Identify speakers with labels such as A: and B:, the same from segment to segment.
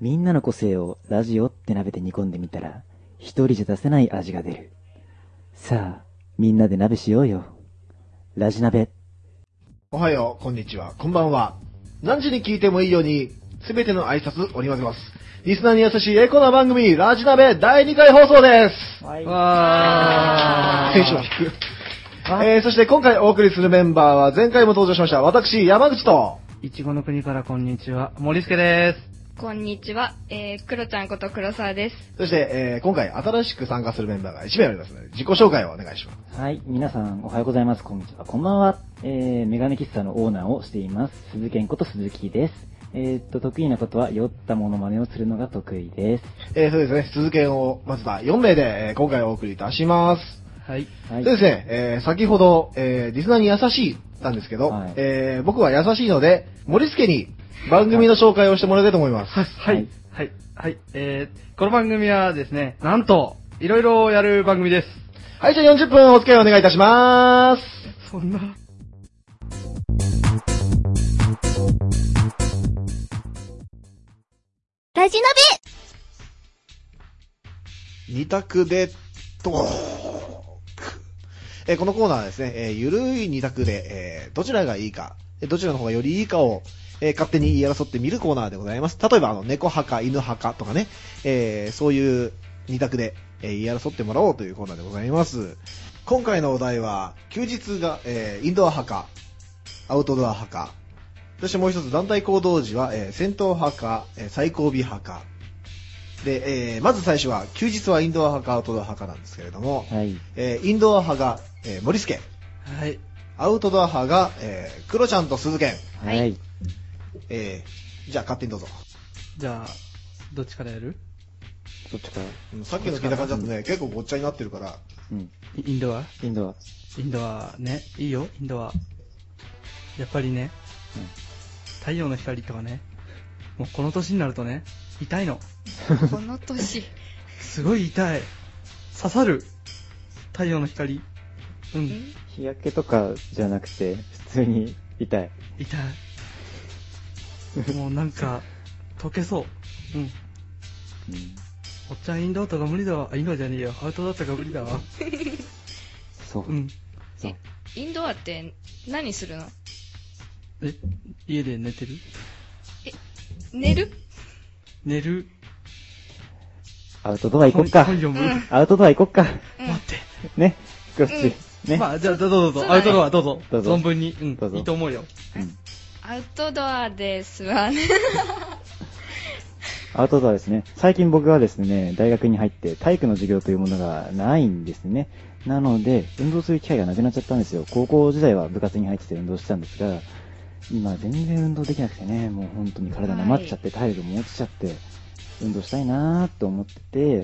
A: みんなの個性をラジオって鍋で煮込んでみたら、一人じゃ出せない味が出る。さあ、みんなで鍋しようよ。ラジ鍋。
B: おはよう、こんにちは、こんばんは。何時に聞いてもいいように、すべての挨拶織り交ぜます。リスナーに優しいエコな番組、ラジナベ第2回放送です。
A: はい
B: わー。テンション低いえー、そして今回お送りするメンバーは前回も登場しました。私、山口と、
C: いちごの国からこんにちは。森助で
D: こんにちは、えー、クロちゃんこと黒沢です。
B: そして、えー、今回新しく参加するメンバーが1名おりますので、自己紹介をお願いします。
A: はい、皆さんおはようございます。こんにちは。こんばんは。えー、メガネ喫茶のオーナーをしています。鈴健こと鈴木です。えー、っと、得意なことは酔ったモノマネをするのが得意です。
B: えー、そうですね、続けをまずは4名で、えー今回お送りいたします。
C: す。はい。
A: はい。
B: そうですね、えー、先ほど、えー、リスナーに優しいなんですけど、
A: はい
B: えー、僕は優しいので、森助に番組の紹介をしてもらいたいと思います。
C: は
A: はい
C: い。はい。はい。えー、この番組はですね、なんと、いろいろやる番組です。
B: はい、じゃあ40分お付き合いお願いいたします。
C: そんな。
E: ラジナ
B: 二択で、とえーこのコーナーはですね、えーゆるい二択で、えーどちらがいいか、えーどちらの方がよりいいかを、えー勝手に言い争ってみるコーナーでございます。例えば、あの、猫派か犬派かとかね、えーそういう二択で、えー言い争ってもらおうというコーナーでございます。今回のお題は、休日が、えーインドア派か、アウトドア派か、そしてもう一つ、団体行動時は、えー戦闘派か、えー最後尾派か、で、えーまず最初は、休日はインドア派かアウトドア派かなんですけれども、
A: はい。
B: えーインドア派が、えー森助、
C: はい。
B: アウトドア派が、えー、黒ちゃんと鈴賢、
A: はい。
D: は
B: えーじゃあ勝手にどうぞ。
C: じゃあ、どっちからやる
A: どっちから
B: うんさっきの聞いた感じだとね、結構ごっちゃになってるから、
A: うん。
C: インドア
A: インドは。
C: インドアね。いいよ、インドア。やっぱりね、
A: うん
C: 太陽の光とかね、もうこの年になるとね、痛いの。
D: ベこの年。
C: すごい痛い。刺さる。太陽の光。うん。
D: ん
A: 日焼けとかじゃなくて、普通に痛い。
C: 痛い。もうなんか、溶けそう。うん。
A: うん。
C: おっちゃんインドアとか無理だわ。あインドアじゃねえよ。アウトドアとか無理だわ。
A: そう。
C: うん。
A: そう。
D: インドアって何するの
C: え、家で寝てる
D: 寝る
C: 寝る
A: アウトドア行こっか。
C: 本読む、
D: うん
A: アウトドア行こっか。
D: うん
C: 待って。
A: ね。少し。ね。
C: まあ、じゃあ、どうぞどう
D: そ
C: ぞ。
D: うだね
C: アウトドアどうぞ。
A: どうぞ
C: 存分に。うん
A: どうぞ
C: いいと思うよ。
A: うん
D: アウトドアですわね。
A: アウトドアですね。最近僕はですね、大学に入って体育の授業というものがないんですね。なので、運動する機会がなくなっちゃったんですよ。高校時代は部活に入ってて運動してたんですが、今全然運動できなくてね、もう本当に体なまっちゃって、体力も落ちちゃって、運動したいなーと思って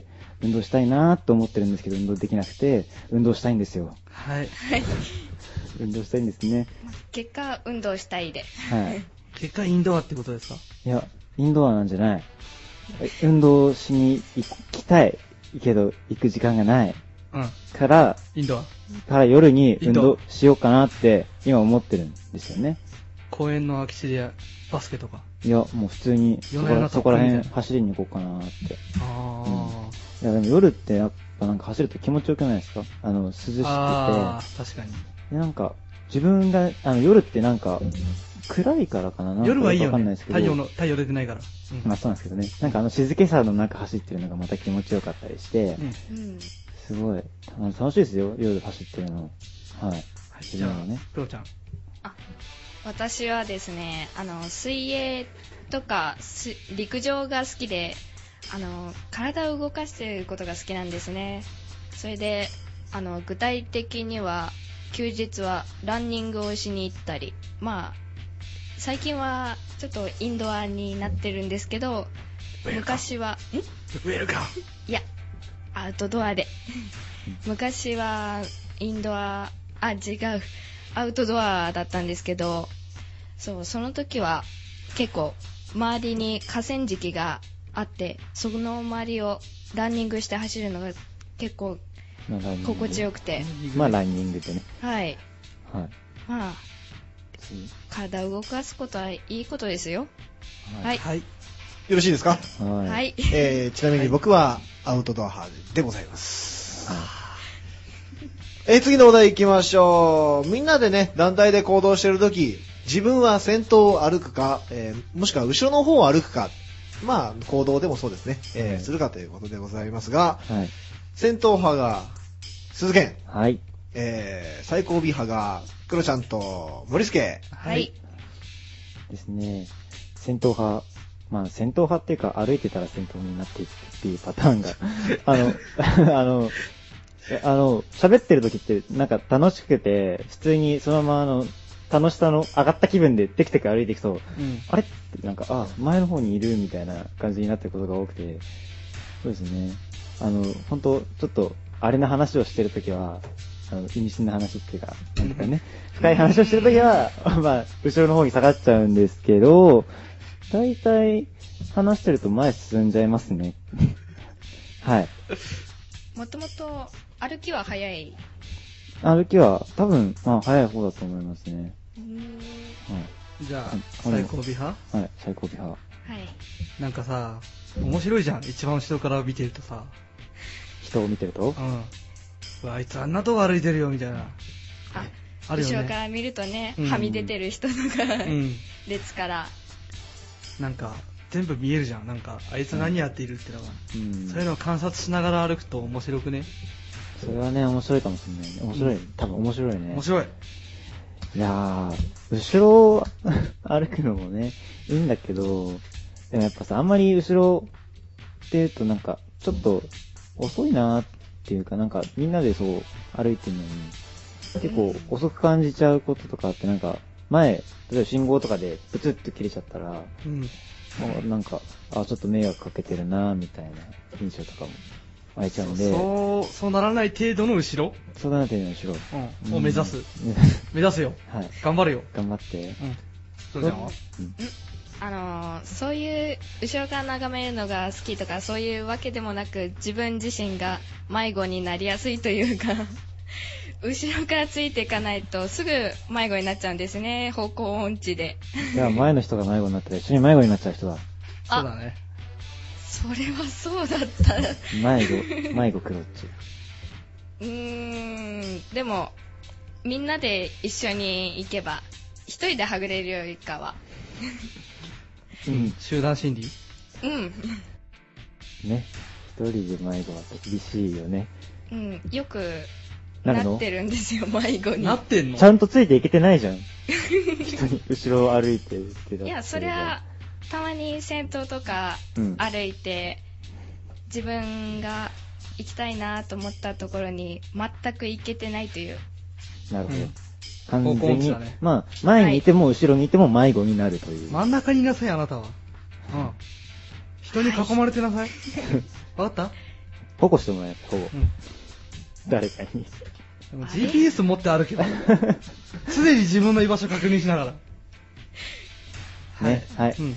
A: て、運動したいなーと思ってるんですけど、運動できなくて、運動したいんですよ。
C: はい。
A: 運動したいんですね。
D: 結果、運動したいで。
A: はい。
C: 結果、インドアってことですか
A: いや、インドアなんじゃない。え運動しに行きたい。けど、行く時間がない。
C: うん。
A: から、
C: インドア。
A: から夜に
C: イ
A: 運
C: ンド
A: 動しようかなって、今思ってるんですよね。
C: 公園の空き地でバスケとか。
A: いや、もう普通にそ
C: 夜
A: こ
C: な夜
A: ら、
C: な
A: そこら
C: 撮ってみ
A: 辺
C: たい
A: 走りに行こうかなって。い
C: あ
A: や、でも夜ってやっぱなんか走ると気持ちよくないですかあの、涼しくて
C: ー。。あー、確かに。
A: で、なんか、自分が、あの、夜ってなんか、暗いからかななんか
C: 夜はいい
A: く
C: よ
A: わかんない
C: ね。
A: ですけ
C: 太
A: ど。
C: 陽の、太陽出てないから。うん
A: まあそうなんですけどね。なんかあの静けさの中走ってるのがまた気持ちよかったりして
C: う、ん。
D: うん。
A: すごい、あの楽しいですよ、夜走ってるの。はい。
C: はい、
A: 自
C: じゃ
A: 分
C: あ
A: はね、
C: クロちゃん。
D: 私はですね、あの、水泳とか、す陸上が好きで、あの、体を動かしてることが好きなんですね。それで、あの、具体的には、休日はランニングをしに行ったり、まあ、最近はちょっとインドアになってるんですけど、昔は、ん
C: ウェルカム。
D: いや、アウトドアで。昔は、インドア、あ、違う、アウトドアだったんですけど、そう、その時は、結構、周りに河川敷があって、その周りをランニングして走るのが結構
A: まあ、ランニング
D: 心地よくて、
A: まあ、ランニングでね。
D: はい。
A: はい。
D: まあ、
A: 次
D: 体を動かすことはいいことですよ。
A: は。
D: はいい。
C: はい。
B: よろしいですか、
A: はい。
D: はい。
B: えー、ちなみに僕はアウトドア派でございます。えー、次のお題行きましょう。みんなでね、団体で行動してるとき、自分は先頭を歩くか、えーもしくは後ろの方を歩くか、まあ、行動でもそうですね、え
A: う
B: ー、
A: ん
B: するかということでございますが、
A: はい。
B: 先頭派が鈴賢、
A: はい。
B: えー、最後尾派が黒ちゃんと森助。
D: はい。
A: ですね。戦闘派。まあ、戦闘派っていうか、歩いてたら戦闘になっていくっていうパター ンが。あの、あ の、えあの、喋ってる時って、なんか楽しくて、普通にそのままあの、楽しさの上がった気分でテクテク歩いていくと、
C: うん。
A: あれってなんか、あ、前の方にいるみたいな感じになってることが多くて、そうですね。あの、本当ちょっと、あれな話をしてるときは、あの、意味深な話っていうか、なんとかね、深い話をしてるときは、 まあ、後ろの方に下がっちゃうんですけど、大体、話してると前進んじゃいますね。はい。
D: もともと歩きは早い。
A: 歩きは、多分、まあ、早い方だと思いますね。
D: うーん
A: は
C: じゃあ
A: うん、
C: 最後尾派
A: い。はい、最高尾派。
D: はい。
C: なんかさ、面白いじゃん。一番後ろから見てるとさ。
A: 人を見てると
C: うん。うわあいつあんなとこ歩いてるよ、みたいな。
D: あ、
C: あるよね
D: 後ろから見るとね、
C: うん
D: はみ出てる人のが、
C: うん。
D: 列から。
C: なんか、全部見えるじゃん。なんか、あいつ何やっているってのが。
A: うん
C: そういうのを観察しながら歩くと面白くね。
A: それはね、面白いかもしれないね。面白い。多分面白いね。
C: 面白い。
A: いやー、後ろ を歩くのもね、いいんだけど、でもやっぱさ、あんまり後ろって言うとなんか、ちょっと遅いなーっていうか、なんかみんなでそう歩いてるのに、結構遅く感じちゃうこととかあってなんか、前、例えば信号とかでブツッと切れちゃったら、
C: うん。
A: もうなんか、あ、ちょっと迷惑かけてるなーみたいな印象とかも湧いちゃうんで、
C: そう、そうならない程度の後ろ、
A: そうだなっていうのは後ろ。
C: うん、を目指す。
A: うん。
C: 目指すよ。
A: はい。
C: 頑張るよ。
A: 頑張って。
C: うん。そうじゃんは
A: うん
D: あのーそういう後ろから眺めるのが好きとかそういうわけでもなく自分自身が迷子になりやすいというか 後ろからついていかないとすぐ迷子になっちゃうんですね方向音痴で
A: じゃあ前の人が迷子になったら一緒に迷子になっちゃう人だ。
D: あ
C: そうだね。
D: それはそうだった う
A: 迷子、迷子クロッチ。
D: ーんでもみんなで一緒に行けば一人ではぐれるよりかは
A: うん。
C: 集団心理
D: うん
A: ね。一人で迷子は厳しいよね。
D: うんよく
A: な
D: な
A: るの
D: ってるんですよ迷子に
C: なってんの
A: ちゃんとついていけてないじゃん。人に後ろを歩いてるってだって
D: いや、そりゃ、たまに先頭とか
A: うん
D: 歩いて、自分が行きたいなと思ったところに全く行けてないという。
A: なるほ
C: うん
A: ど。完
C: 方向
A: 全
C: 音痴
A: に
C: だね、
A: まあ、前にいても後ろにいても迷子になるという。
C: 真ん中にいなさい、あなたは。うん。人に囲まれてな さい。わかっ
A: 保護してもらえます、保護
C: た。うん。
A: 誰かに。
C: でも GPS 持って歩けば。常に自分の居場所確認しながら。
A: ね、はい。
C: うん。
A: い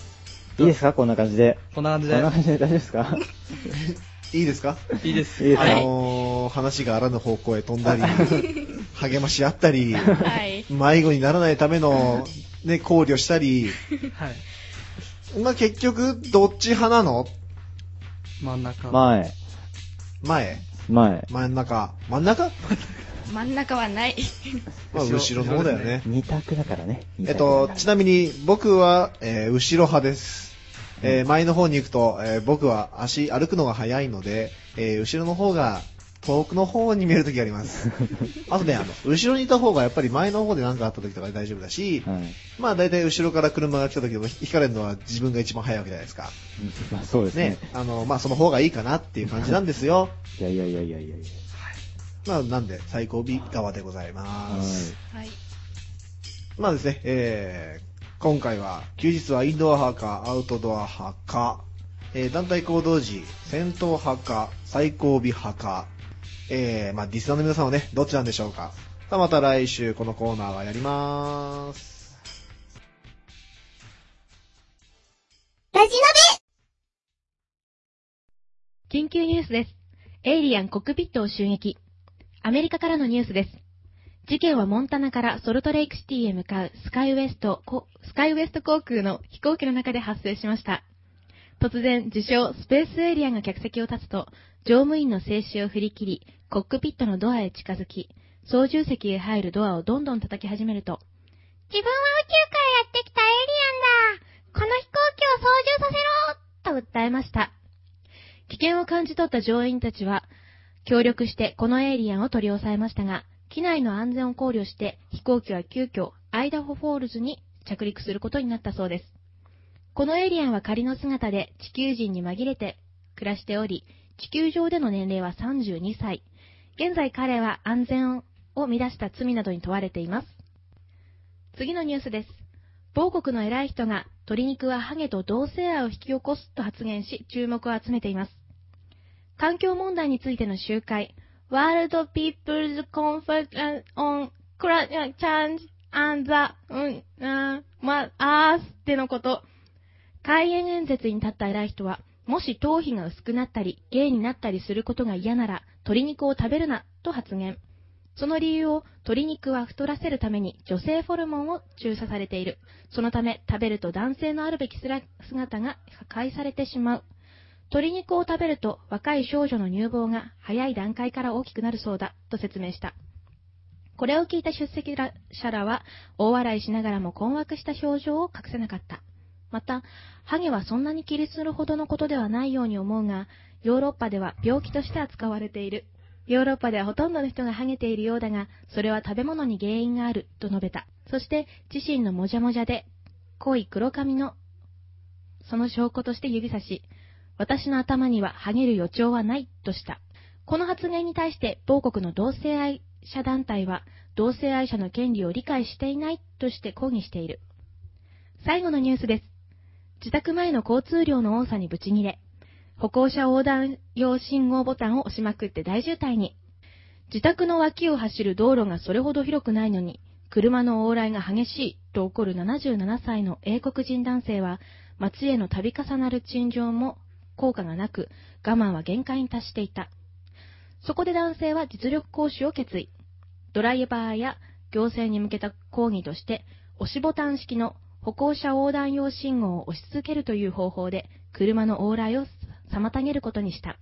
A: いですかこんな感じで。
C: こんな感
A: こ
C: じ
A: ん
C: で
A: な。感じで大丈夫ですか
B: いいですか
C: いいです。
A: いいです
B: あ
A: か
B: のー話があらぬ方向へ飛ん だり、励まし合ったり、
D: はい。
B: 迷子にならないための、ね、考慮したり、
C: はい。
B: まあ、結局、どっち派なの
C: 真ん中。
A: 前、
B: 前
A: 前。
B: 真ん中真ん中
D: 真ん中はない。
B: まあ、
C: 後ろ
B: 後ろの方だよね。
A: 二択だからね。二
B: えっ
A: 択
B: と
A: だ、
B: ちなみに僕は、えー後ろ派です。えー前の方に行くと、えー僕は足、歩くのが早いので、えー後ろの方が遠くの方に見える時があり ます。あとね、あの、後ろにいた方がやっぱり前の方で何かあった時とかで大丈夫だし、
A: はい。
B: まあ大体後ろから車が来た時でも引かれるのは自分が一番早いわけじゃないですか。
A: まあそうですね
B: ね。、あの、まあその方がいいかなっていう感じなんですよ。
A: いやいやいやいやいやいや。
B: まあなんで、最後尾側でござい
A: は
B: ます。
A: い。
D: はい。
B: まあですね、えー、今回は、休日はインドア派か、アウトドア派か、えー、団体行動時、戦闘派か、最後尾派か、えー、まあ、ディスナーの皆さんはね、どっちなんでしょうか。さあ、また来週、このコーナーはやりまーす。
E: 緊急ニュースです。エイリアンコックピットを襲撃。アメリカからのニュースです。事件はモンタナからソルトレイクシティへ向かうスカイウエストこ、スカイウエスト航空の飛行機の中で発生しました。突然、自称スペースエリアンが客席を立つと、乗務員の制止を振り切り、コックピットのドアへ近づき、操縦席へ入るドアをどんどん叩き始めると、自分は宇宙からやってきたエイリアンだこの飛行機を操縦させろと訴えました。危険を感じ取った乗員たちは、協力してこのエイリアンを取り押さえましたが、機内の安全を考慮して飛行機は急遽アイダホフォールズに着陸することになったそうです。このエイリアンは仮の姿で地球人に紛れて暮らしており、地球上での年齢は32歳。現在彼は安全を乱した罪などに問われています。次のニュースです。某国の偉い人が鶏肉はハゲと同性愛を引き起こすと発言し注目を集めています。環境問題についての集会、ワールド・ピープルズ・コンフェンオン・クラチャンジ・アン・ザ・うん、うん、ま、アースでのこと。開演演説に立った偉い人は、もし頭皮が薄くなったり、ゲイになったりすることが嫌なら、鶏肉を食べるな、と発言。その理由を、鶏肉は太らせるために女性ホルモンを注射されている。そのため、食べると男性のあるべき姿が破壊されてしまう。鶏肉を食べると若い少女の乳房が早い段階から大きくなるそうだと説明した。これを聞いた出席ら者らは大笑いしながらも困惑した表情を隠せなかった。また、ハゲはそんなに起立するほどのことではないように思うが、ヨーロッパでは病気として扱われている。ヨーロッパではほとんどの人がハゲているようだが、それは食べ物に原因があると述べた。そして、自身のもじゃもじゃで、濃い黒髪の、その証拠として指差し、私の頭にはハゲる予兆はないとした。この発言に対して、某国の同性愛者団体は、同性愛者の権利を理解していないとして抗議している。最後のニュースです。自宅前の交通量の多さにブチギレ。歩行者横断用信号ボタンを押しまくって大渋滞に。自宅の脇を走る道路がそれほど広くないのに、車の往来が激しいと怒る77歳の英国人男性は、街への度重なる陳情も効果がなく、我慢は限界に達していた。そこで男性は実力行使を決意。ドライバーや行政に向けた抗議として、押しボタン式の歩行者横断用信号を押し続けるという方法で、車の往来を妨げることにした。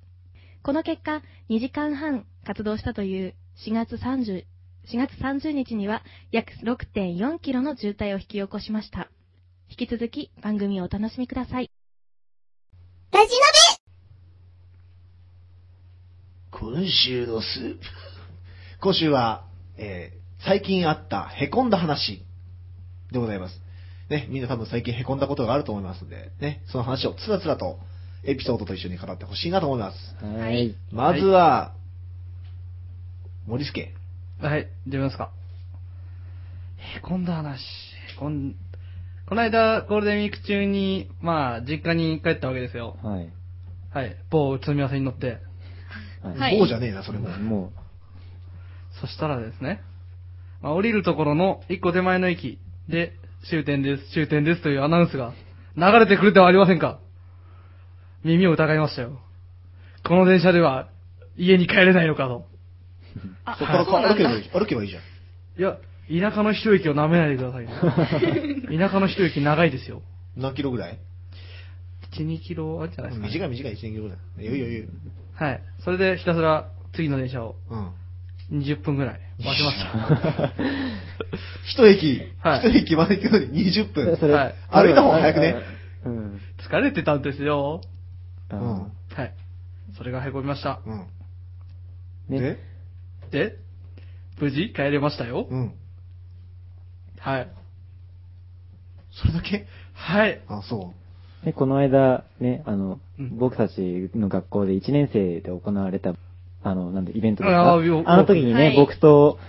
E: この結果、2時間半活動したという4月30、4月30日には約6.4キロの渋滞を引き起こしました。引き続き番組をお楽しみください。
F: ラジ
B: 今週のスープ。今週は、えー最近あった凹んだ話でございます。ね、みんな多分最近凹んだことがあると思いますんで、ね、その話をつらつらとエピソードと一緒に語ってほしいなと思います。
A: は
D: はいい。
B: まずは、森助。
C: はい、自分ですか。へこんだ話。へこん、この間、ゴールデンウィーク中に、まあ、実家に帰ったわけですよ。
A: はい。
C: はい、某宇都宮線に乗って。
A: は。
D: はいい
B: そうじゃねえな、それも。
A: も
C: そしたらですね、まあ、降りるところの一個手前の駅で、終点です、終点ですというアナウンスが流れてくるではありませんか。耳を疑いましたよ。この電車では家に帰れないのかと。
B: そこから歩けばいい歩けばいいじゃん。
C: いや、田舎の一息を舐めないでくださいよ。 田舎の一息長いですよ。
B: 何キロぐらい
C: 1、2キロあるんじゃないですか、ね。
B: 短い短い、1年キロぐらい。余裕余裕。
C: はい。それでひたすら次の電車を
B: うん。
C: 20分ぐらい待ちました。
B: 一駅、
C: はい
B: 一駅まで行くのに20
A: う、
B: 分。
A: それ、
C: はい
B: 歩いた方が早くね。
A: うん。
C: 疲れてたんですよ。
A: あ
B: う
A: の
B: ん。
C: はい。それが凹みました。
B: うん。
A: ね
B: で、
C: で、無事帰れましたよ。
B: うん。
C: はい。
B: それだけ
C: はい。
B: あ、そ
A: ね、この間、ね、あの、
C: うん
A: 僕たちの学校で1年生で行われた、あの、なんで、イベントです
C: あ
A: か
C: あよ
A: あの時にね、
D: はい
A: 僕と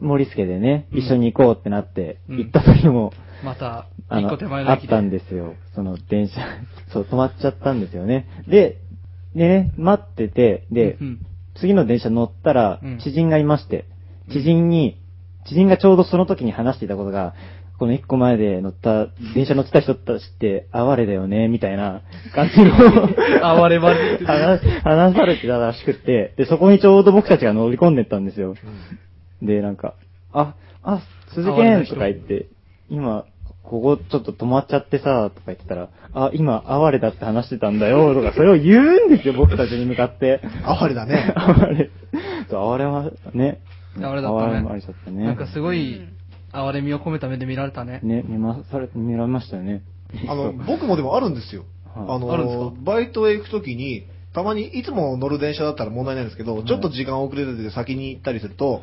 A: 森助でね、
C: うん
A: 一緒に行こうってなって、
C: うん
A: 行った時も、
C: また、
A: あ
C: 一
A: の、
C: 個手前の
A: あっ
C: 駅で。
A: たんですよ。その電車、 そう、止まっちゃったんですよね。で、でね、待ってて、で
C: う、ん。
A: 次の電車乗ったら
C: うん、
A: 知人がいまして、
C: うん
A: 知人に、知人がちょうどその時に話していたことが、この一個前で乗った、電車乗ってた人たちって哀れだよね、みたいな感じの
C: 哀れ話って
A: 話話されてたらしくって、で、そこにちょうど僕たちが乗り込んでったんですよ。
B: う。うん
A: で、なんか、あ、あ、鈴
C: 哀れな
A: 賢
C: 人
A: とか言って、今、ここちょっと止まっちゃってさ、とか言ってたら、あ、今、哀れだって話してたんだよ、とか、それを言うんですよ、僕たちに向かって。
B: 哀れ だね。
A: 哀れ。そう哀れは、ね。
C: 哀れだった ね
A: 哀れちゃったね。
C: なんかすごい
D: うん、
C: 哀れみを込めた目で見られたね。
A: ね、見ま、され、見られましたよね。
B: あ
A: そ
B: の、
A: う
B: 僕もでもあるんですよ。あ
A: はい
B: の、
C: あるんですか
B: バイトへ行くときに、たまにいつも乗る電車だったら問題ないんですけど、
A: はい
B: ちょっと時間遅れてて先に行ったりすると、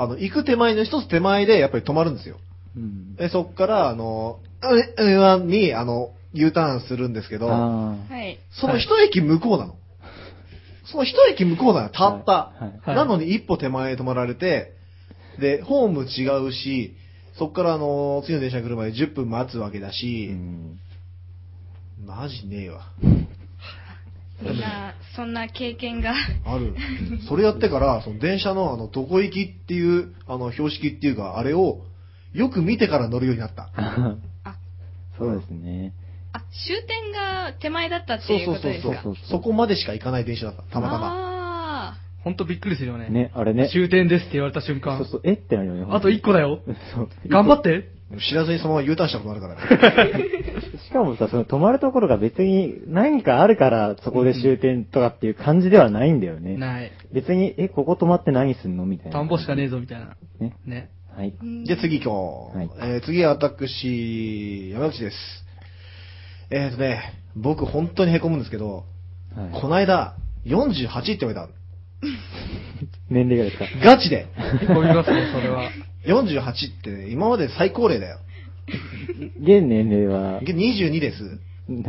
B: あの、行く手前の一つ手前でやっぱり止まるんですよ。
A: うん。
B: で、そっから、あの、上に、あの、U ターンするんですけど、
A: あー
D: はい。
B: その一駅向こうなの。その一駅向こうなの、たった。
A: はいはい
C: はい
B: なのに一歩手前へ止まられて、で、ホーム違うし、そっからあの、次の電車来るまで10分待つわけだ
A: う
B: し、
A: ん
B: マジねえわ。
D: そんな、そんな経験が。
B: ある。それやってから、その電車のあの、どこ行きっていう、あの、標識っていうか、あれを、よく見てから乗るようになった。
D: あ、
A: そうですね。
D: あ、終点が手前だったっていうことですか
A: そうそうそう
B: そこまでしか行かない電車だった、たまたま。
D: あ
C: ほんとびっくりするよね。
A: ね、あれね。
C: 終点ですって言われた瞬間
A: そう。そう、えってなるよね。
C: あと1個だよ。
A: そう。
C: 頑張って。
B: 知らずにそのまま U ターンしたことあるから。
A: しかもさ、その止まるところが別に何かあるからそこで終点とかっていう感じではないんだよね。
C: ない。
A: 別に、え、ここ止まって何すんのみたいな。
C: 田んぼしかねえぞみたいな。
A: ね。
C: ね。
A: はい。
D: ーうん
B: で、次行こう。
A: はい
B: えー次は私、山口です。えーとね、僕本当に凹むんですけど、
A: は
B: こないだ、48って言われた。
A: い。年齢がですか
B: ガチで。
C: ゴミますね、それは。
B: 48って、今まで最高齢だよ。
A: 現年齢は、
B: 22です。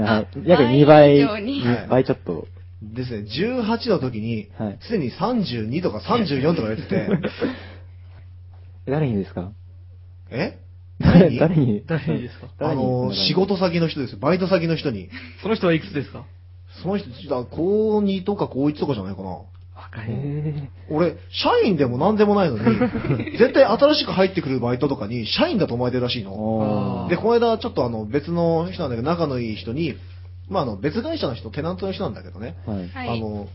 A: は
D: あ
A: い約2倍、
D: 倍以上に
A: 2倍ちょっと。
B: ですね、18の時に
A: はい、
B: すでに32とか34とか言ってて、
A: 誰にですか
B: え
A: 誰誰に
C: 誰にですか
B: あ
A: 誰に
B: の、仕事先の人ですよ。バイト先の人に。
C: その人はいくつですか
B: その人、だ高2とか高1とかじゃないかな。
C: 若い。
A: え
B: 俺、社員でも何でもないのに、絶対新しく入ってくるバイトとかに、社員だと思われてるらしい
A: ー。
B: の。
A: お
C: ー
A: ー
B: で、この間、ちょっとあの、別の人なんだけど、仲のいい人に、まあ、あの、別会社の人、テナントの人なんだけどね、
A: はい。
D: は
B: あ
D: い。
B: の、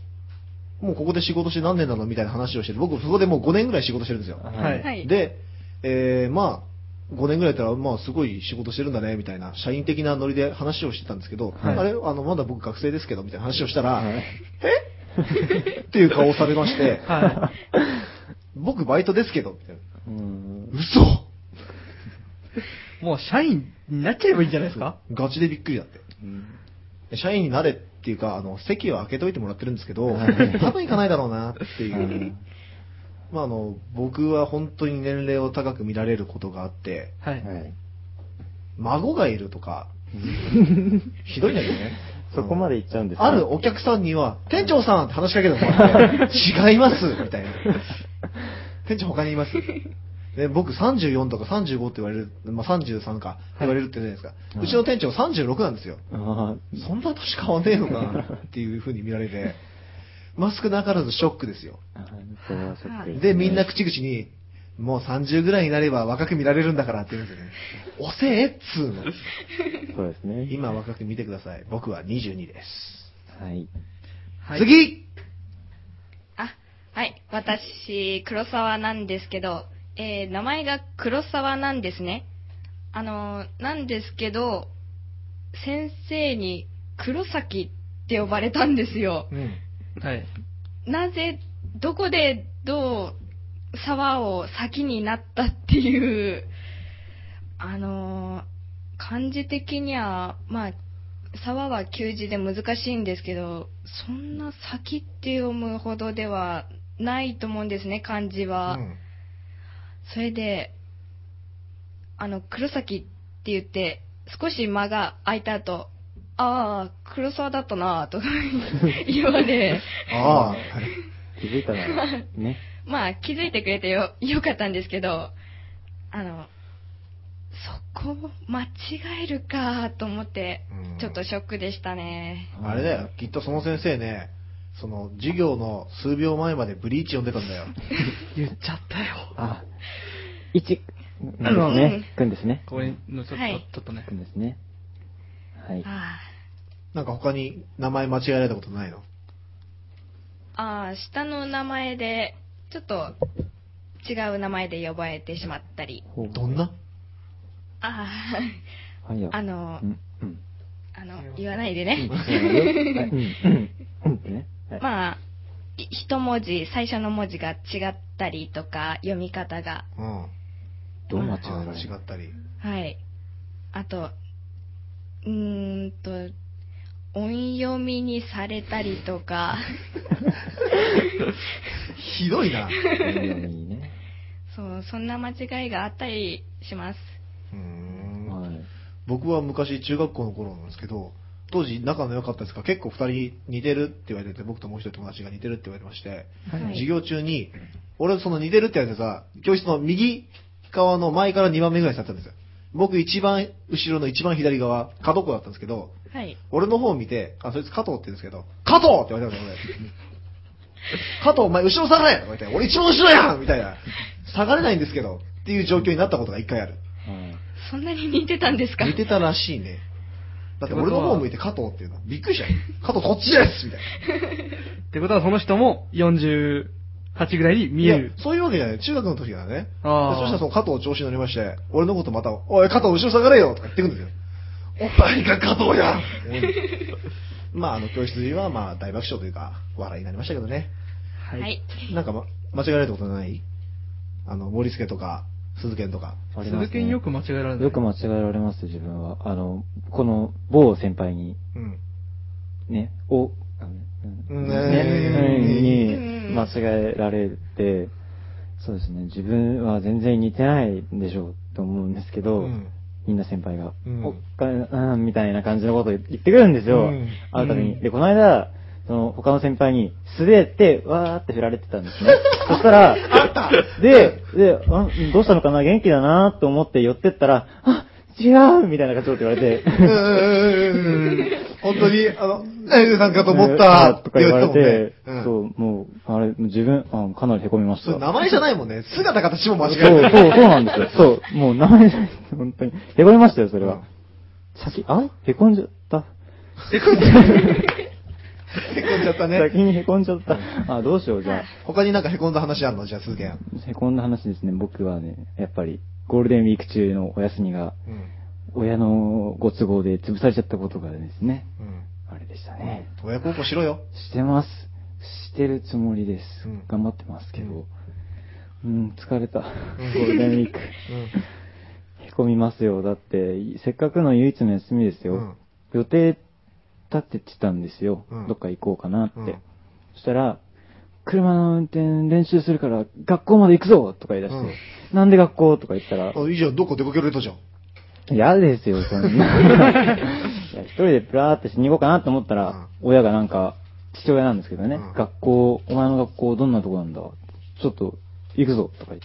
B: もうここで仕事して何年なのみたいな話をしてる。僕、そこでもう5年ぐらい仕事してるんですよ。
C: はい
D: はい。
B: で、えー、まあ、5年ぐらいやったら、まあ、すごい仕事してるんだね、みたいな、社員的なノリで話をしてたんですけど、
A: はい
B: あれ、あの、まだ僕学生ですけど、みたいな話をしたら、
A: はい
B: え っていう顔をされまして、
C: は
B: 僕バイトですけど、みたいな。
A: うん
B: 嘘
C: い。もう社員になっちゃえばいいんじゃないですか
B: ガチでびっくりだって。
A: うん
B: 社員になれっていうか、あの、席は開けといてもらってるんですけど、多
A: はい。
B: 分行かないだろうなっていううん まあ、あの、僕は本当に年齢を高く見られることがあって、
C: は。
A: はいい。
B: 孫がいる とか、ひどいんだけどね。
A: そこまで行っちゃうんですか
B: あるお客さんには、店長さんって話しかけてもら って、違いますみたいな。店長他にいますで僕34とか35って言われる、まあ、33か言われるって言うじゃないですか、
A: はいう
B: ちの店長36なんですよ。
A: あー
B: そんな年変わんねえのかなっていう風に見られて、マスクなからずショックですよ。
A: あそれはショックすね
B: で、みんな口々に、もう30ぐらいになれば若く見られるんだからって言う んですよね。おせえっつうの。
A: そうですね。
B: 今若く見てください。僕は22です。
A: はい。
C: はい。
B: 次
D: あ、はい。私、黒沢なんですけど、えー、名前が黒沢なんですね。あのー、なんですけど、先生に黒崎って呼ばれたんですよ。
B: うん。
C: はい。
D: なぜ、どこで、どう、沢を先になったっていう、あのー、漢字的には、まあ、沢は旧字で難しいんですけど、そんな先って読むほどではないと思うんですね、漢字は。
B: うん
D: それで、あの、黒崎って言って、少し間が空いた後、ああ、黒沢だったなぁ、とか言 われ、
B: ああ、
A: 気づいたら、ね。
D: まあ、気づいてくれてよ、よかったんですけど、あの、そこを間違えるかと思って
B: うん、
D: ちょっとショックでしたね。
B: あれだよ。きっとその先生ね、その授業の数秒前までブリーチ読んでたんだ よ。
C: 言っちゃったよ。
A: あ、一、なんですね。くんですね。
C: これのちょっと、
D: はい
C: ちょっとね
A: く。んですね。はい。
D: あ
B: なんか他に名前間違えられたことないの
D: あ、ああ下の名前で、ちょっと違う名前で呼ばれてしまったり、
B: どんな
D: ああ
A: はいよ
D: あ、。あの
A: う、ん、うん。
D: あの、言わないで
A: うん、
D: ね。
A: はいうん、うん、うんってね。はい。
D: まあ、い一文字、最初の文字が違ったりとか、読み方が。
B: うん。
A: どう間違
B: あ
A: えられ
B: 違
A: る
B: ったり。
D: はい。あと、うーんと、音読みにされたり とか、
B: ひどい な。
A: いいね。
D: そう、そんな間違いがあったりします。
B: うーん
A: はい。
B: 僕は昔中学校の頃なんですけど、当時仲の良かったんですが、結構二人似てるって言われてて、僕ともう一人友達が似てるって言われまして、
D: はい
B: 授業中に、俺その似てるってやつさ、教室の右側の前から2番目ぐらいに座ってたんですよ。僕一番後ろの一番左側、角っこだったんですけど、
D: はい。
B: 俺の方を見て、あ、そいつ加藤って言うんですけど、加藤って言われたんですよ、俺。加藤、お前後ろ下がれとか言って、俺一番後ろやんみたいな。下がれないんですけど、っていう状況になったことが一回ある。
A: はい
D: そんなに似てたんですか
B: 似てたらしいね。だって俺の方向いて加藤っていうのは、びっくりしたよ。加藤こっちですみたいな。
C: ってことはその人も48ぐらいに見える
B: いや。そういうわけじゃない。中学の時だね。
C: あー
B: でそしたらその加藤調子に乗りまして、俺のことまた、おい、加藤後ろ下がれよとか言ってくるんですよ。お前が加藤やまあ、あの、教室は、まあ、大爆笑というか、笑いになりましたけどね。
D: はい。
B: なんか、ま、間違えられたことないあの、森助とか、鈴研とか。
A: ありますね
C: 鈴木によく間違えられない。
A: よく間違えられます、自分は。あの、この某先輩に、
B: うん。
A: ね、を、あの
B: うん
A: ね、
B: う
A: うんに間違えられて、そうですね、自分は全然似てないんでしょうと思うんですけど、
B: うん
A: みんな先輩が、
B: うん
A: おっかうん、みたいな感じのこと言ってくるんですよ、
B: うん
A: 会うたびに。
B: うん
A: で、この間、その、他の先輩に、素手って、わーって振られてたんです ね。そしたら、で、で、あどうしたのかな元気だなと思って寄ってったら、あ、違うみたいな感じのこと言われて、
B: うーん本当に、あの、ナイルさんかと思っ
A: え
B: た
A: ーとか言われて、
B: 言われたもんね
A: そう、もう、あれ、自分、あかなり凹みまし
B: そ
A: た。
B: れ名前じゃないもんね。姿形も間違え
A: そう、
B: て
A: そう、そうなんですよ。そう、もう名前じゃないです本当に。凹みましたよ、それは。先、あ凹んじゃった。
B: 凹んじゃったね。
A: 先に凹んじゃった。あ、どうしよう、じゃあ。
B: 他になんか凹んだ話あるのじゃあ、鈴木やん。
A: 凹んだ話ですね、僕はね、やっぱり、ゴールデンウィーク中のお休みが、
B: うん。
A: 親のご都合で潰されちゃったことがですね、
B: うん。
A: あれでしたね。
B: 親孝行しろよ。
A: してます。してるつもりです
B: うん。
A: 頑張ってますけど。うん、疲れた。ゴ
B: うん
A: ールデンウィーク。へこみますよ。だって、いせっかくの唯一の休みですよ。
B: うん
A: 予定立ててたんですよ。
B: うん
A: どっか行こうかなって。
B: うん
A: そしたら、車の運転練習するから学校まで行くぞとか言い出して、なんで学校とか言ったら、
B: あ、いいじゃん、どこ出かけられたじゃん。
A: 嫌ですよ、そん な。いや一人でプラーってしに行こうかなと思ったら、親がなんか、父親なんですけどね、
B: うん
A: 学校、お前の学校どんなとこなんだちょっと、行くぞ、とか言っ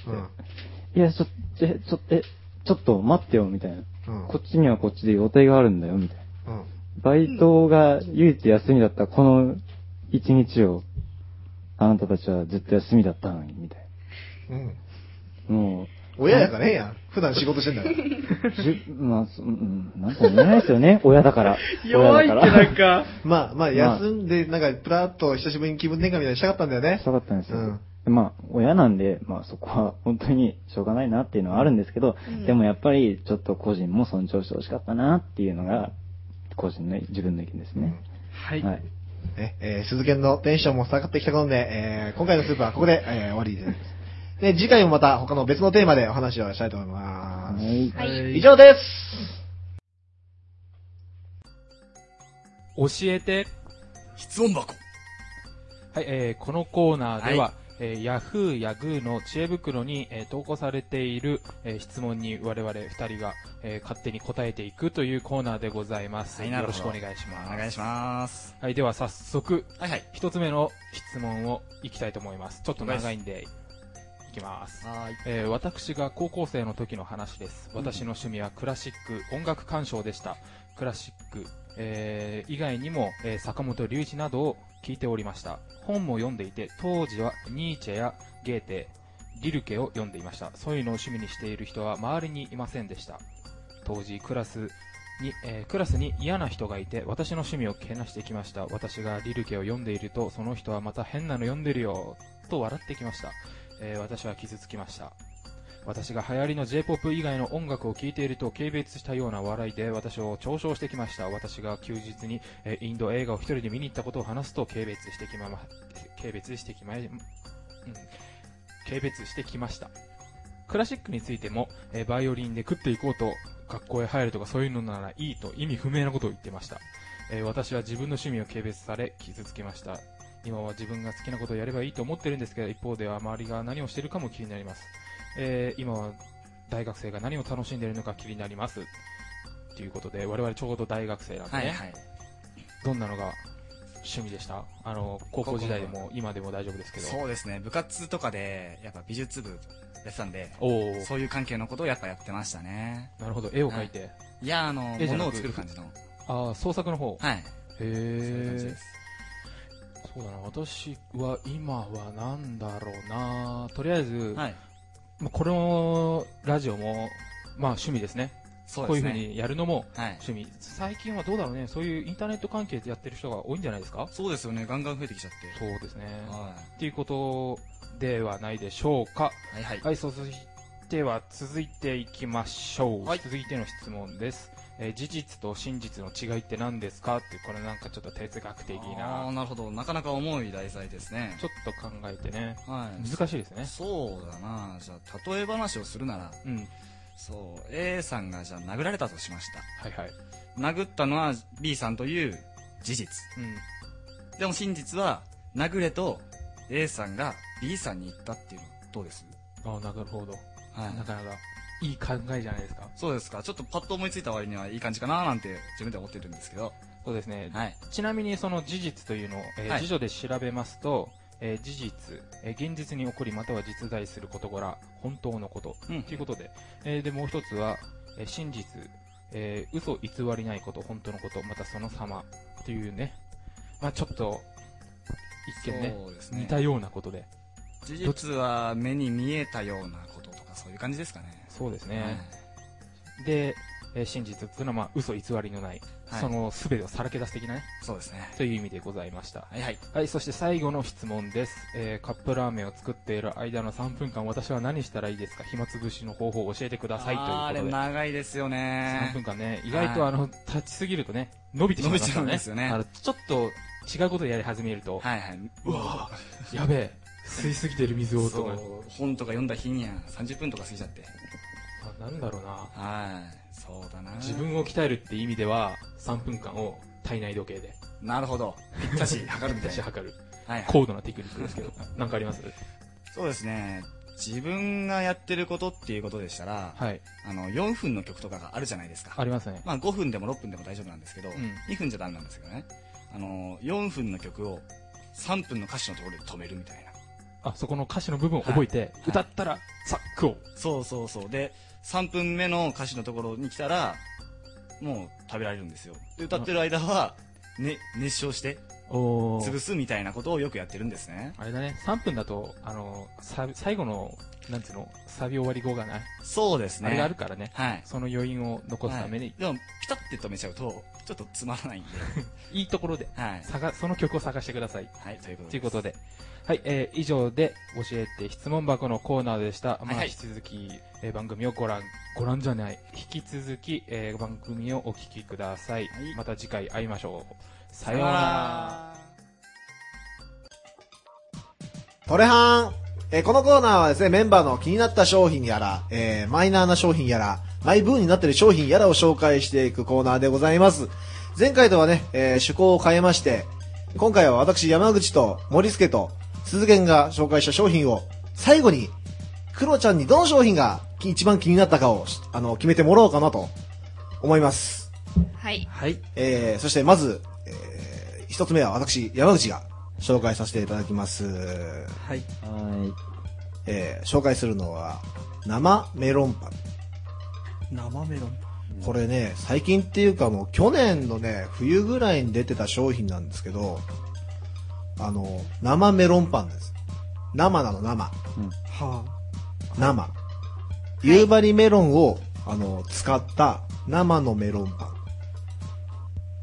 A: て、いや、ちょ、え、ちょ、え、ちょっと待ってよ、みたいな。
B: うん。
A: こっちにはこっちで予定があるんだよ、みたいな。
B: うん。
A: バイトが唯一休みだったこの一日を、あなたたちはずっと休みだったのに、みたい
B: うん。
A: な。もう、
B: 親やからええやん。普段仕事してん だから。
A: じゅ、まあ、そうん、うんなんとも言えないですよね、親だから。
C: 弱いって
A: 親だから
C: なんか、
B: まあ、まあ、
A: まあ
B: 休んで、なんか、プラッと久しぶりに気分転換みたいにしたかったんだよね
A: し。たかったんですよ。
B: うん
A: でまあ、親なんで、まあそこは本当にしょうがないなっていうのはあるんですけど、
D: うん
A: でもやっぱりちょっと個人も尊重してほしかったなっていうのが、個人の自分の意見ですね。
C: はい。
A: はい。
B: ね、えー、鈴研のテンションも下がってきたことで、えー、今回のスープはここで、えー、終わりです。で、次回もまた他の別のテーマでお話をしたいと思いま
A: は
B: す。
A: い
D: はい
B: 以上です
G: 教えて
H: 質問箱
G: はい、えーこのコーナーでは、えー、ヤフーやグーの知恵袋に、えー投稿されている、えー質問に我々二人が、えー勝手に答えていくというコーナーでございます。
H: はいな
G: よ
H: る
G: ろ
H: ほ
G: し
H: ど
G: くお願いします。
H: お願いします
G: はい、では早速、
H: はいはい
G: 一つ目の質問をいきたいと思います。ちょっと長いんで、いきます。
H: はい
G: えー私が高校生の時の話です。私の趣味はクラシック、音楽鑑賞でした。クラシック、えー以外にも、えー坂本龍一などを聞いておりました。本も読んでいて、当時はニーチェやゲーテ、リルケを読んでいました。そういうのを趣味にしている人は周りにいませんでした。当時クラスに、えークラスに嫌な人がいて、私の趣味をけなしてきました。私がリルケを読んでいると、その人はまた変なの読んでるよ、と笑ってきました。えー私は傷つきました。私が流行りの J-POP 以外の音楽を聴いていると軽蔑したような笑いで私を嘲笑してきました私が休日に、えーインド映画を一人で見に行ったことを話すと軽蔑してきまま軽蔑してきまうん軽蔑してきましたクラシックについても、えーバイオリンで食っていこうと学校へ入るとかそういうのならいいと意味不明なことを言ってました、えー私は自分の趣味を軽蔑され傷つけました今は自分が好きなことをやればいいと思ってるんですけど一方では周りが何をしているかも気になります、えー今は大学生が何を楽しんでいるのか気になりますということで我々ちょうど大学生なんでね、
H: はいはい。
G: どんなのが趣味でしたあの高校時代で
H: 高
G: も今でも大丈夫ですけど
H: そうですね、部活とかで、やっぱ美術部やってたんで、
G: おおー
H: そういう関係のことをやっぱやってましたね。
G: なるほど絵を描いて、
H: いや、あの、
G: 絵じゃなく
H: 物を作る感じの。
G: ああ創作の方、
H: はい。
G: へ
H: そういう感じ
G: え
H: です。
G: そうだな私は今は何だろうなとりあえず、
H: はい。
G: まあこのラジオも、まあ、趣味ですね
H: そう
G: こう
H: で
G: いう
H: す
G: ふう
H: ね。
G: にやるのも
H: はい。
G: 趣味最近はどうだろうねそういうインターネット関係でやってる人が多いんじゃないですか
H: そうですよね、ガンガン増えてきちゃって。
G: そうですね
H: は
G: っていうことではないでしょうか
H: い。はいは。
G: はいい、そうしては続いていきましょう。
H: はい
G: 続いての質問です。えー事実と真実の違いって何ですかって、これなんかちょっと哲学的
H: あー
G: な。
H: なるほど。なかなか重い題材ですね
G: ち。ょっと考えてね。
H: はい。
G: 難しいですね。
H: そうだなじゃあ、例え話をするなら、
G: うん。
H: そう、A さんがじゃあ殴られたとしました。
G: はいはい。
H: 殴ったのは B さんという事実。
G: うん。
H: でも真実は、殴れと A さんが B さんに言ったっていうの、どうです
G: ああ、なるほど。
H: はい
G: な。かなか、いい考えじゃないですか。
H: そうですか。ちょっとパッと思いついた割にはいい感じかななんて自分では思ってるんですけど。
G: そうですね。
H: はい。
G: ちなみにその事実というのを、えー
H: はい
G: 辞書で調べますと、えー事実、えー現実に起こりまたは実在する事柄、本当のこと、
H: うん
G: ということで、えーで、もう一つは、えー真実、えー嘘偽りないこと、本当のこと、またその様というね、まあちょっと、一見ね、
H: そうです
G: 似
H: ね。
G: たようなことで、
H: 事実は目に見えたようなこととかそういう感じですかね。
G: そうですね。で、えー真実というのは、まあ嘘偽りのない、
H: はい。
G: そ
H: はい。
G: の全てをさらけ出す的なね、
H: そうですね。
G: という意味でございました。
H: はいはい。
G: はい、そして最後の質問です、えーカップラーメンを作っている間の3分間、私は何したらいいですか暇つぶしの方法を教えてくださいと
H: あーあ
G: い
H: れ
G: うことで。
H: 長いですよね
G: 3。分間ね、意外とあの、立ちすぎるとね、伸びてしまいますから
H: 伸
G: ね。
H: びちゃうんですよね
G: あのちょっと違うことやり始めると、
H: はいはい。
G: うわぁ、やべえ、吸いすぎてる水を
H: そ
G: とか、
H: う、本とか読んだ日には30分とか過ぎちゃって。
G: あなんだろうな。
H: はい。そうだな。
G: 自分を鍛えるって意味では、3分間を体内時計で、
H: なるほど。ぴったし測るみたい
G: 私
H: な。
G: 測る、
H: はいはい。
G: 高度なテクニックですけど、なんかあります
H: そうですね。自分がやってることっていうことでしたら、
G: はい、
H: あの、4分の曲とかがあるじゃないですか。
G: ありますね。
H: まあ5分でも6分でも大丈夫なんですけど、
G: ん
H: 2分じゃダメなんですけどね。あの、4分の曲を3分の歌詞のところで止めるみたいな。
G: あ、そこの歌詞の部分を覚えて、歌ったら、サックを。
H: そうそうそう。で、3分目の歌詞のところに来たら、もう食べられるんですよ。で、歌ってる間は、ね、熱唱して、
G: おー
H: 潰すみたいなことをよくやってるんですね。
G: あれだね、3分だと、あの、サビ最後の、なんつうの、サビ終わり後がない。
H: そうです
G: あれがあ
H: ね
G: る。からね。
H: はい。
G: その余韻を残すために、
H: はいでも、ピタって止めちゃうと、ちょっとつまらないんで。
G: い、いところで、
H: はい。
G: 探、その曲を探してください。
H: はい、ということ
G: と
H: で。
G: いうことで。はい、えー以上で、教えて質問箱のコーナーでした。
H: はい
G: まあ、
H: はい
G: 引き続き、えー番組をご覧、ご覧じゃない。引き続き、えー番組をお聞きください。
H: はい
G: また次回会いましょう。さ
H: さ
G: よ
H: よ
G: う
H: う
G: な
H: な
G: ら。
H: ら。
B: トレハーン、えーこのコーナーはですね、メンバーの気になった商品やら、えーマイナーな商品やら、マイブームになっている商品やらを紹介していくコーナーでございます。前回とはね、えー趣向を変えまして、今回は私山口と森助と鈴源が紹介した商品を、最後に、クロちゃんにどの商品がき一番気になったかを、しあの、決めてもらおうかなと思います。
D: はい。
C: はい。
B: えーそしてまず、えー一つ目は私山口が紹介させていただきます。
C: はい。
A: は
B: えー紹介するのは生メロンパン
C: 生メロン。
B: これね最近っていうかもう去年のね冬ぐらいに出てた商品なんですけどあの生メロンパンです生なの生
C: は
B: 生、夕張メロンをあの使った生のメロンパン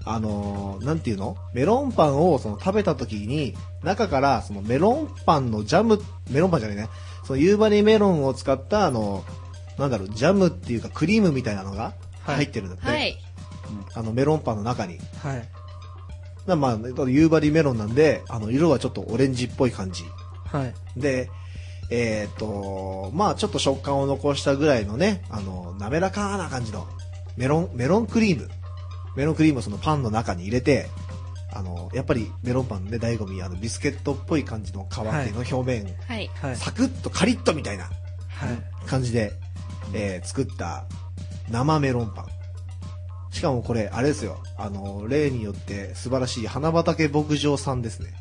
B: あのーなんていうのメロンパンをその食べた時に、中からそのメロンパンのジャム、メロンパンじゃないね、その夕張メロンを使ったあの、なんだろう、ジャムっていうかクリームみたいなのが入ってるんだって。
D: はい。
B: あのメロンパンの中に。
C: はい。
B: なまあ、夕張メロンなんで、あの、色はちょっとオレンジっぽい感じ。
C: はい。
B: で、えっ、と、まあちょっと食感を残したぐらいのね、あの、滑らかな感じの、メロン、メロンクリーム。メロンクリームをそのパンの中に入れて、あの、やっぱりメロンパンのね、醍醐味、あの、ビスケットっぽい感じの皮っていうの表面、
D: はい。
C: はい。
B: サクッとカリッとみたいな
C: はい。
B: 感じで、えー作った生メロンパン。しかもこれ、あれですよ。あの、例によって素晴らしい花畑牧場さんですね。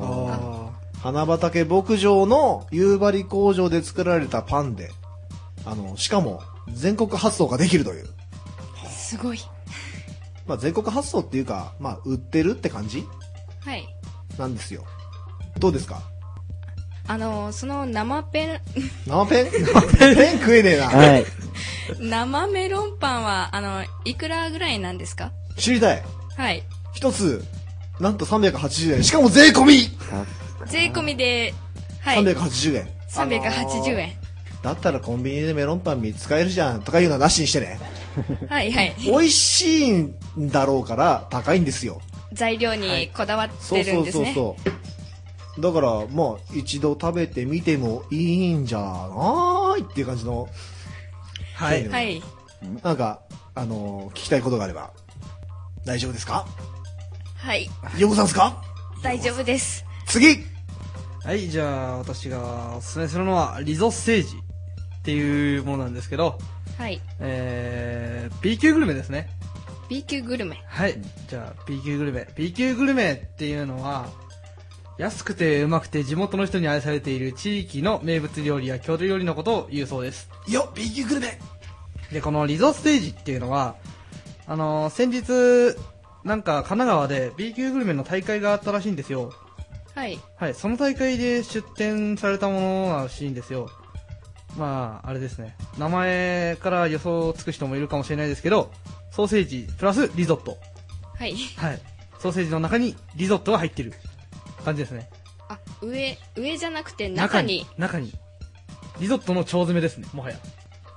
C: あ
B: 花畑牧場の夕張工場で作られたパンで、あの、しかも全国発送ができるという。
D: すごい。
B: まあ全国発送っていうか、まあ売ってるって感じ
D: はい。
B: なんですよ。どうですか
D: あの、その生ペ
B: 生ペン生ペンペン食えねえな。
A: はい。
D: ン、 生メロンパンは、あの、いくらぐらいなんですか
B: 知りたい。
D: はい。
B: 一つ、なんと380円。しかも税込み、
D: 税込みで、はい。
B: !380 円。
D: 380円。
B: だったらコンビニでメロンパン見つかえるじゃんとかいうのはなしにして ね。
D: は いはい。
B: 美味しいんだろうから高いんですよ。
D: 材料にこだわっ
B: そ
D: て
B: う
D: る
B: そ
D: ん
B: う
D: です
B: そう
D: ね。
B: そう。だから、まあ、一度食べてみてもいいんじゃないっていう感じの、
C: あ。はい。
B: そう
D: はい。
B: なんか、あのー聞きたいことがあれば、大丈夫ですか
D: はい。
B: ヨコさんですか
D: 大丈夫です。
B: 次
C: はい、じゃあ私がおすすめするのは、リゾステージっていうものなんですけど、
D: はい。
C: えー、B 級グルメですね。
D: B 級グルメ。
C: はい、じゃあ B 級グルメ。B 級グルメっていうのは、安くてうまくて地元の人に愛されている地域の名物料理や郷土料理のことを言うそうです。
B: よ、B 級グルメ
C: で、このリゾステージっていうのは、あのー先日、なんか神奈川で B 級グルメの大会があったらしいんですよ。
D: はい。
C: はい、その大会で出展されたものらしいんですよ。まあ、あれですね。名前から予想つく人もいるかもしれないですけど、ソーセージプラスリゾット。
D: はい。
C: はい。ソーセージの中にリゾットが入ってる感じですね。
D: あ、上、上じゃなくて中に。。
C: 中に。リゾットの腸詰めですね、もはや。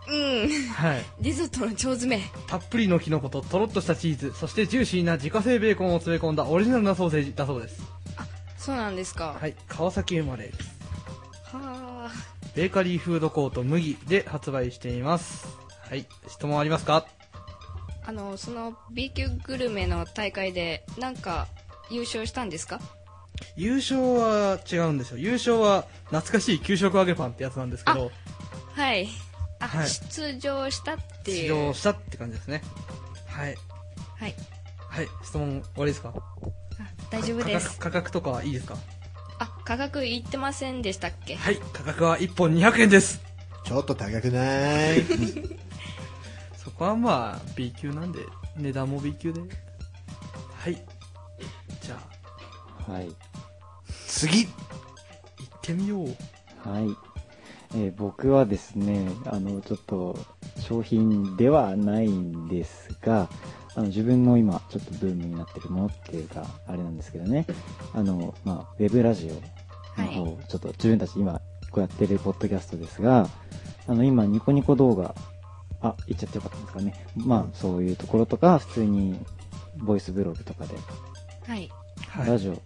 D: うん。
C: はい。
D: リゾットの腸詰め。
C: たっぷりのキノコととろっとしたチーズ、そしてジューシーな自家製ベーコンを詰め込んだオリジナルなソーセージだそうです。
D: そうなんですか。
C: はい。川崎生まれです。
D: はあ。
C: ベーカリーフードコート麦で発売しています。はい。質問ありますか
D: あの、その B 級グルメの大会で、なんか、優勝したんですか
C: 優勝は違うんですよ。優勝は懐かしい給食揚げパンってやつなんですけど、
D: はい。あ、
C: はい
D: 出場したってい
C: 出
D: う。
C: 場したって感じですね。はい。
D: はい。
C: はい。質問終わりですか
D: あ大丈夫で
C: か
D: す。
C: 価格価格とかはいいですか
D: あ、価格言ってませんでしたっけ
C: はい。価格は1本200円です。
B: ちょっと高くない
C: そこはまあ、B 級なんで、値段も B 級で。はい。じゃあ、
A: はい。
B: 次
C: 行ってみよう。
A: はい。えー僕はですね、あの、ちょっと、商品ではないんですが、あの、自分の今、ちょっとブームになってるものっていうか、あれなんですけどね、あの、まあ、ウェブラジオの方、ちょっと自分たち今、こうやってるポッドキャストですが、あの、今、ニコニコ動画、あ、言っちゃってよかったんですかね。まあ、そういうところとか、普通に、ボイスブログとかで、
D: はい。
C: はい。
A: ラジオや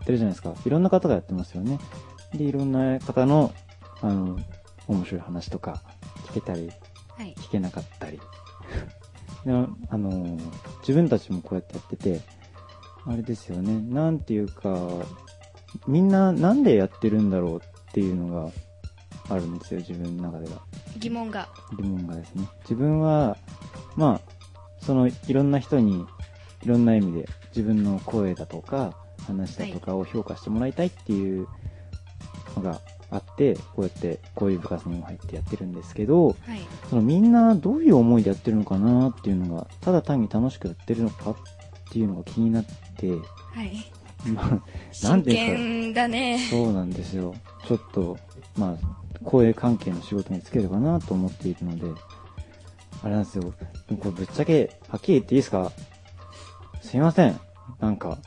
A: ってるじゃないですか。いろんな方がやってますよね。で、いろんな方の、あの、面白い話とか、聞けたり、
D: はい。
A: 聞けなかったり。 であの、自分たちもこうやってやってて、あれですよね。なんていうか、みんななんでやってるんだろうっていうのがあるんですよ、自分の中では。
D: 疑問が。
A: 疑問がですね自分はまあそのいろんな人にいろんな意味で自分の声だとか話だとかを評価してもらいたいっていうのがあってこうやってこういう部活にも入ってやってるんですけど
D: はい。
A: そのみんなどういう思いでやってるのかなっていうのがただ単に楽しくやってるのかっていうのが気になって
D: はい。
A: まあなん
D: 真
A: ていうか
D: 剣だね。
A: そうなんですよ。ちょっと、まあ、声関係の仕事につけるかなと思っているので、あれなんですよ。でもこれぶっちゃけ、はっきり言っていいですかすいません。なんか、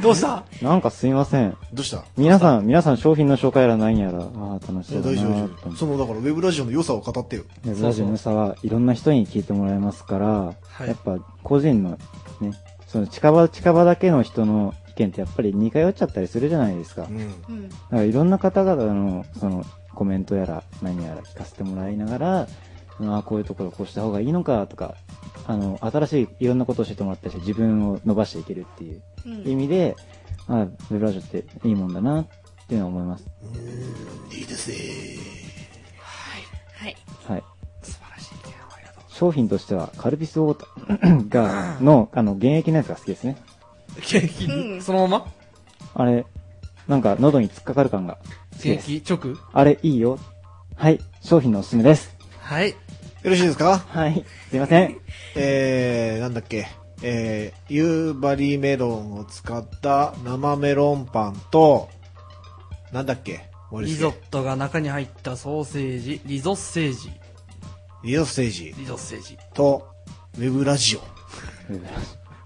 H: どうした
A: なんかすいません。
B: どうした
A: 皆さん、皆さん商品の紹介やら何やら、ああ、楽し
B: い
A: そ
B: や
A: うだ
B: 大丈夫
A: なと
B: 大丈
A: 思
B: 夫。
A: って
B: その、だから、ウェブラジオの良さを語ってよ。
A: ウェブラジオの良さはいろんな人に聞いてもらえますから、
C: はい
A: やっぱ個人のね、その近場、近場だけの人の意見ってやっぱり似通っちゃったりするじゃないですか。だ
B: ん。
D: うん
A: からいろんな方々のそのコメントやら何やら聞かせてもらいながら、そのあこういうところこうした方がいいのかとか、あの、新しいいろんなことを教えてもらったりして自分を伸ばしていけるっていう
D: うん
A: 意味で、あウェブラジオっていいもんだなっていうのは思います。
B: いいですね。
D: はい
A: はい。
H: 素晴らしい提案をありがと
A: 商品としては、カルピスウォーター が、の、 あの、現役のやつが好きですね。
C: ケー
D: う
C: キ、
D: ん
C: そのまま
A: あれ、なんか喉に突っかかる感が好き
C: ケ
A: です。
C: ーキ直
A: あれ、いいよ。はい、商品のおすすめです。
C: はい。
B: よろしいですか
A: はい、すいません。
B: えー、なんだっけ。えー、夕張メロンを使った生メロンパンと、なんだっけ森
C: リ
B: 助
C: ゾットが中に入ったソーセージ、リゾッセージ、
B: リゾステージ
C: リゾッセージ。
B: と、ウェブラジオ。
A: すいま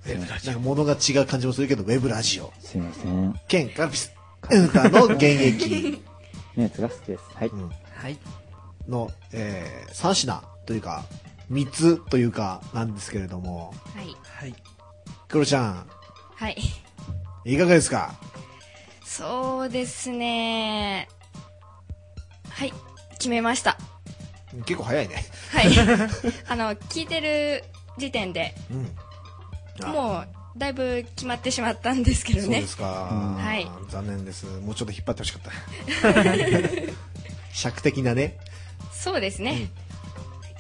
A: せん
B: なんか物が違う感じもするけど、ウェブラジオ。
A: すいません。
B: 兼カルピス。エンタの現 役
A: のやつが好きです。はい。
B: うん
C: はい。
B: の、えー、3品というか、3つというか、なんですけれども、
D: はい
C: はい。
B: クロちゃん、
D: はい
B: いかがですか
D: そうですねはい決めました
B: 結構早いね。
D: はい あの聞いてる時点で
B: うん。あ
D: もうだいぶ決まってしまったんですけど
B: そう
D: ね
B: ですか、
A: うん
D: はい
B: 残念です。もうちょっと引っ張ってほしかった。 尺的なね。
D: そうですね、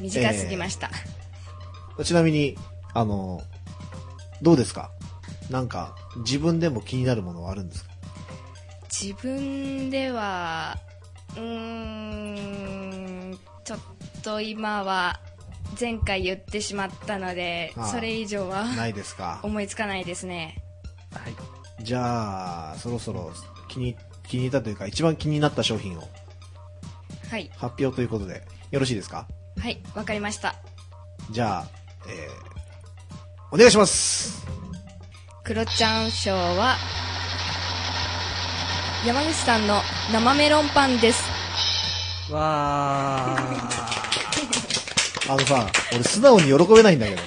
D: 短すぎました、
B: ちなみに、あの、どうですかなんか、自分でも気になるものはあるんですか
D: 自分ではうーんちょっと今は前回言ってしまったので
B: ああ
D: それ以上は
B: ないですか
D: 思いつかないですね
C: はい。
B: じゃあ、そろそろ気に、気に入ったというか、一番気になった商品を
D: はい
B: 発表ということで、よろしいですか
D: はいわかりました
B: じゃあ、えー、お願いします
D: クロちゃん賞は山口さんの生メロンパンです
C: わ
B: あのさ、俺素直に喜べないんだけど。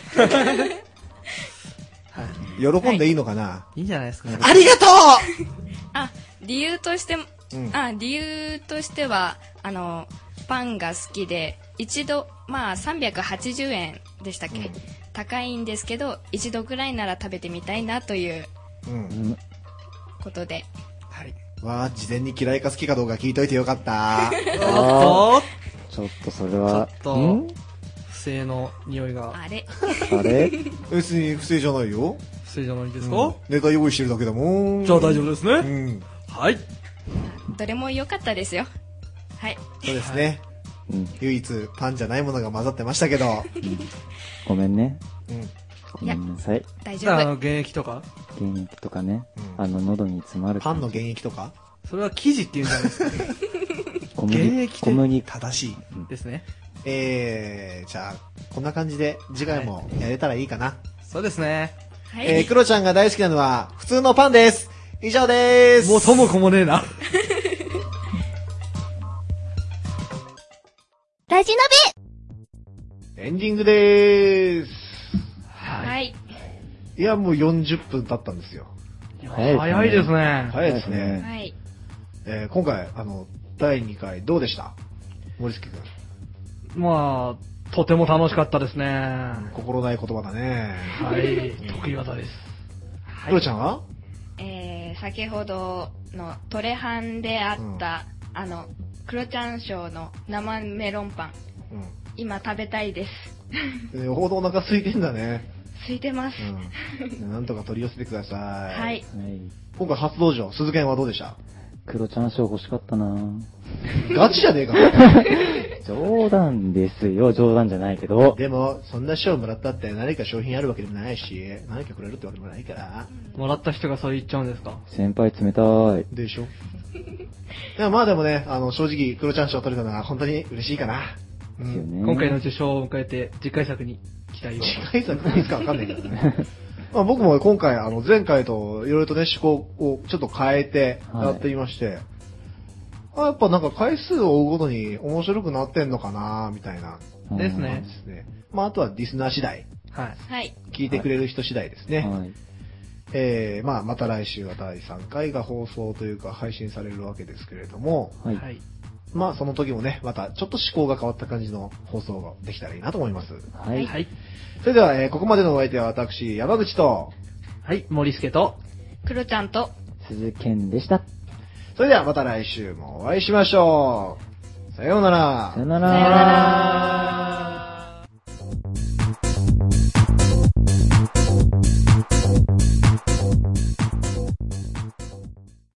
B: 喜んでいいのかな、
C: ー。いいんじゃないですか。
B: ありがと
D: あ理由としても
B: う、うん、
D: あ理由としてはあのパンが好きで一度まあ380円でしたっけ、高いんですけど一度ぐらいなら食べてみたいなという
B: うん。
D: ことで
C: はい。
B: わあ、事前に嫌いか好きかどうか聞いといてよかった。
A: あ
C: おっと
A: ーちょっとそれ
C: ちょ
A: は
C: っ、と、不正の匂いが、
D: あれ
A: んあれ
B: 別に不正じゃないよ。
C: 不正じゃないです
B: うん
C: か
B: ネタ用意してるだけだもん。
C: じゃあ大丈夫です
B: う
C: ね。
B: ん。
C: はい。
D: どれも良かったですよはい
B: そうですね。
A: うん、
B: 唯一パンじゃないものが混ざってましたけど。
A: ごめんね。
B: うん。
A: ごめんなさい。
D: 大
C: じゃあ、あ
D: 丈夫
C: の、現役とか
A: 現役とかね、
B: うん
A: あの、喉に詰まる
B: パン
A: 感
B: の
A: じ。
B: 現役とか
C: それは生地っていうんじゃないですか。
A: 小
C: 現
A: 麦、
C: 役で
A: 小麦、
B: 正しい。
C: ですね。
B: えー、じゃあ、こんな感じで次回もやれたらいいかな。
C: そうですね。
D: はい、
B: えー、クロちゃんが大好きなのは普通のパンです。以上でーす。
C: もうともこもねえな。
F: ラジナ
B: エンディングでーす。
D: はい
B: いや、もう40分経ったんですよ。
C: 早いですね。
B: 早いですね。
D: はい
B: えー今回、あの、第2回どうでした森助君。
C: まあ、とても楽しかったですね。
B: 心ない言葉だね。
C: はい。得意技です。
B: クロちゃんは
D: えー先ほどのトレハンであった、あのクロちゃん賞の生メロンパン
B: う
D: 今食べたいです
B: ん。よほどお腹空いてんだね。
D: 空いてます、
B: うん。なんとか取り寄せてください。
D: はい。
A: はい。
B: 今回初登場、鈴研はどうでした
A: 黒ちゃん賞欲しかったなぁ
B: ガチじゃねえか。
A: 冗談ですよ、冗談じゃないけど。
B: でも、そんな賞もらったって何か商品あるわけでもないし、何かくれるってわけでもないから。
C: もらった人がそれ言っちゃうんですか
A: 先輩冷たい。
B: でしょ いやまあでもね、あの、正直、クロちゃん賞取れたのは本当に嬉しいかな。う
A: ですよ
B: ん。
A: ね。
C: 今回の受賞を迎えて、次回作に期待を。
B: 次回作いつかわかんないけどね。 まあ、僕も今回、あの、前回といろいろとね、趣向をちょっと変えて
A: はい
B: やってみまして、あやっぱなんか回数を追うごとに面白くなってんのかなみたいな
A: うん
C: ですね
B: 感じですね。まあ、あとはリスナー次第、
C: はい。
D: はい。
B: 聞いてくれる人次第ですね。
A: はい。
B: えー、まあ、また来週は第3回が放送というか配信されるわけですけれども、
A: はい。
C: は
A: はい。
C: い。
B: まあ、その時もね、またちょっと思考が変わった感じの放送ができたらいいなと思います。
A: はい。
C: はい。
B: それでは、えーここまでのお相手は私、山口と、
C: はい。森助と、
D: クロちゃんと、
A: 鈴健でした。
B: それではまた来週もお会いしましょう。さようなら
A: さよなら。
D: さようなら。